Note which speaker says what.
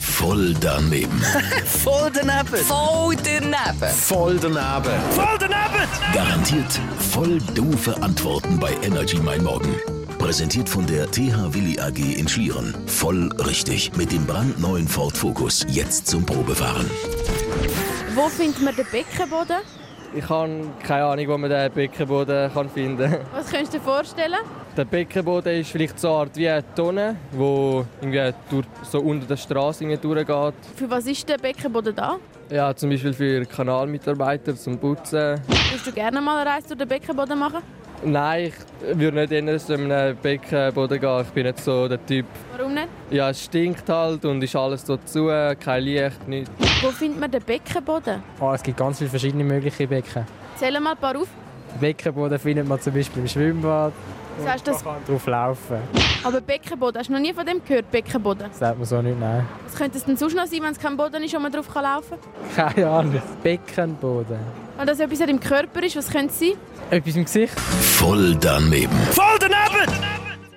Speaker 1: Voll daneben.
Speaker 2: Voll daneben.
Speaker 3: Voll daneben.
Speaker 1: Voll daneben.
Speaker 2: Voll daneben!
Speaker 1: Garantiert voll doofe Antworten bei Energy Mein Morgen. Präsentiert von der TH Willi AG in Schlieren. Voll richtig. Mit dem brandneuen Ford Focus. Jetzt zum Probefahren.
Speaker 4: Wo findet man den Beckenboden?
Speaker 5: Ich habe keine Ahnung, wo man den Beckenboden kann finden kann.
Speaker 4: Was kannst du dir vorstellen?
Speaker 5: Der Beckenboden ist vielleicht so eine Art wie eine Tonne, wo irgendwie durch, so unter der Straße irgendwie durchgeht.
Speaker 4: Für was ist der Beckenboden da?
Speaker 5: Ja, zum Beispiel für Kanalmitarbeiter zum Putzen.
Speaker 4: Würdest du gerne mal eine Reise durch den Beckenboden machen?
Speaker 5: Nein, ich würde nicht eher zu einem Beckenboden gehen. Ich bin nicht so der Typ.
Speaker 4: Warum nicht?
Speaker 5: Ja, es stinkt halt und ist alles so zu, kein Licht, nichts.
Speaker 4: Wo findet man den Beckenboden?
Speaker 6: Ah, es gibt ganz viele verschiedene mögliche Becken.
Speaker 4: Zähl mal ein paar auf.
Speaker 6: Beckenboden findet man zum Beispiel im Schwimmbad.
Speaker 4: Das heißt, das,
Speaker 6: Man kann drauf laufen.
Speaker 4: aber Beckenboden, hast du noch nie von dem gehört, Beckenboden?
Speaker 6: Das sagt man so nicht, nein.
Speaker 4: Was könnte es denn sonst noch sein, wenn es kein Boden ist, wo man drauf kann laufen kann?
Speaker 6: Keine Ahnung. Beckenboden.
Speaker 4: Wenn das etwas an deinem Körper ist, was könnte es sein?
Speaker 6: Etwas im Gesicht?
Speaker 1: Voll daneben.
Speaker 2: Voll daneben!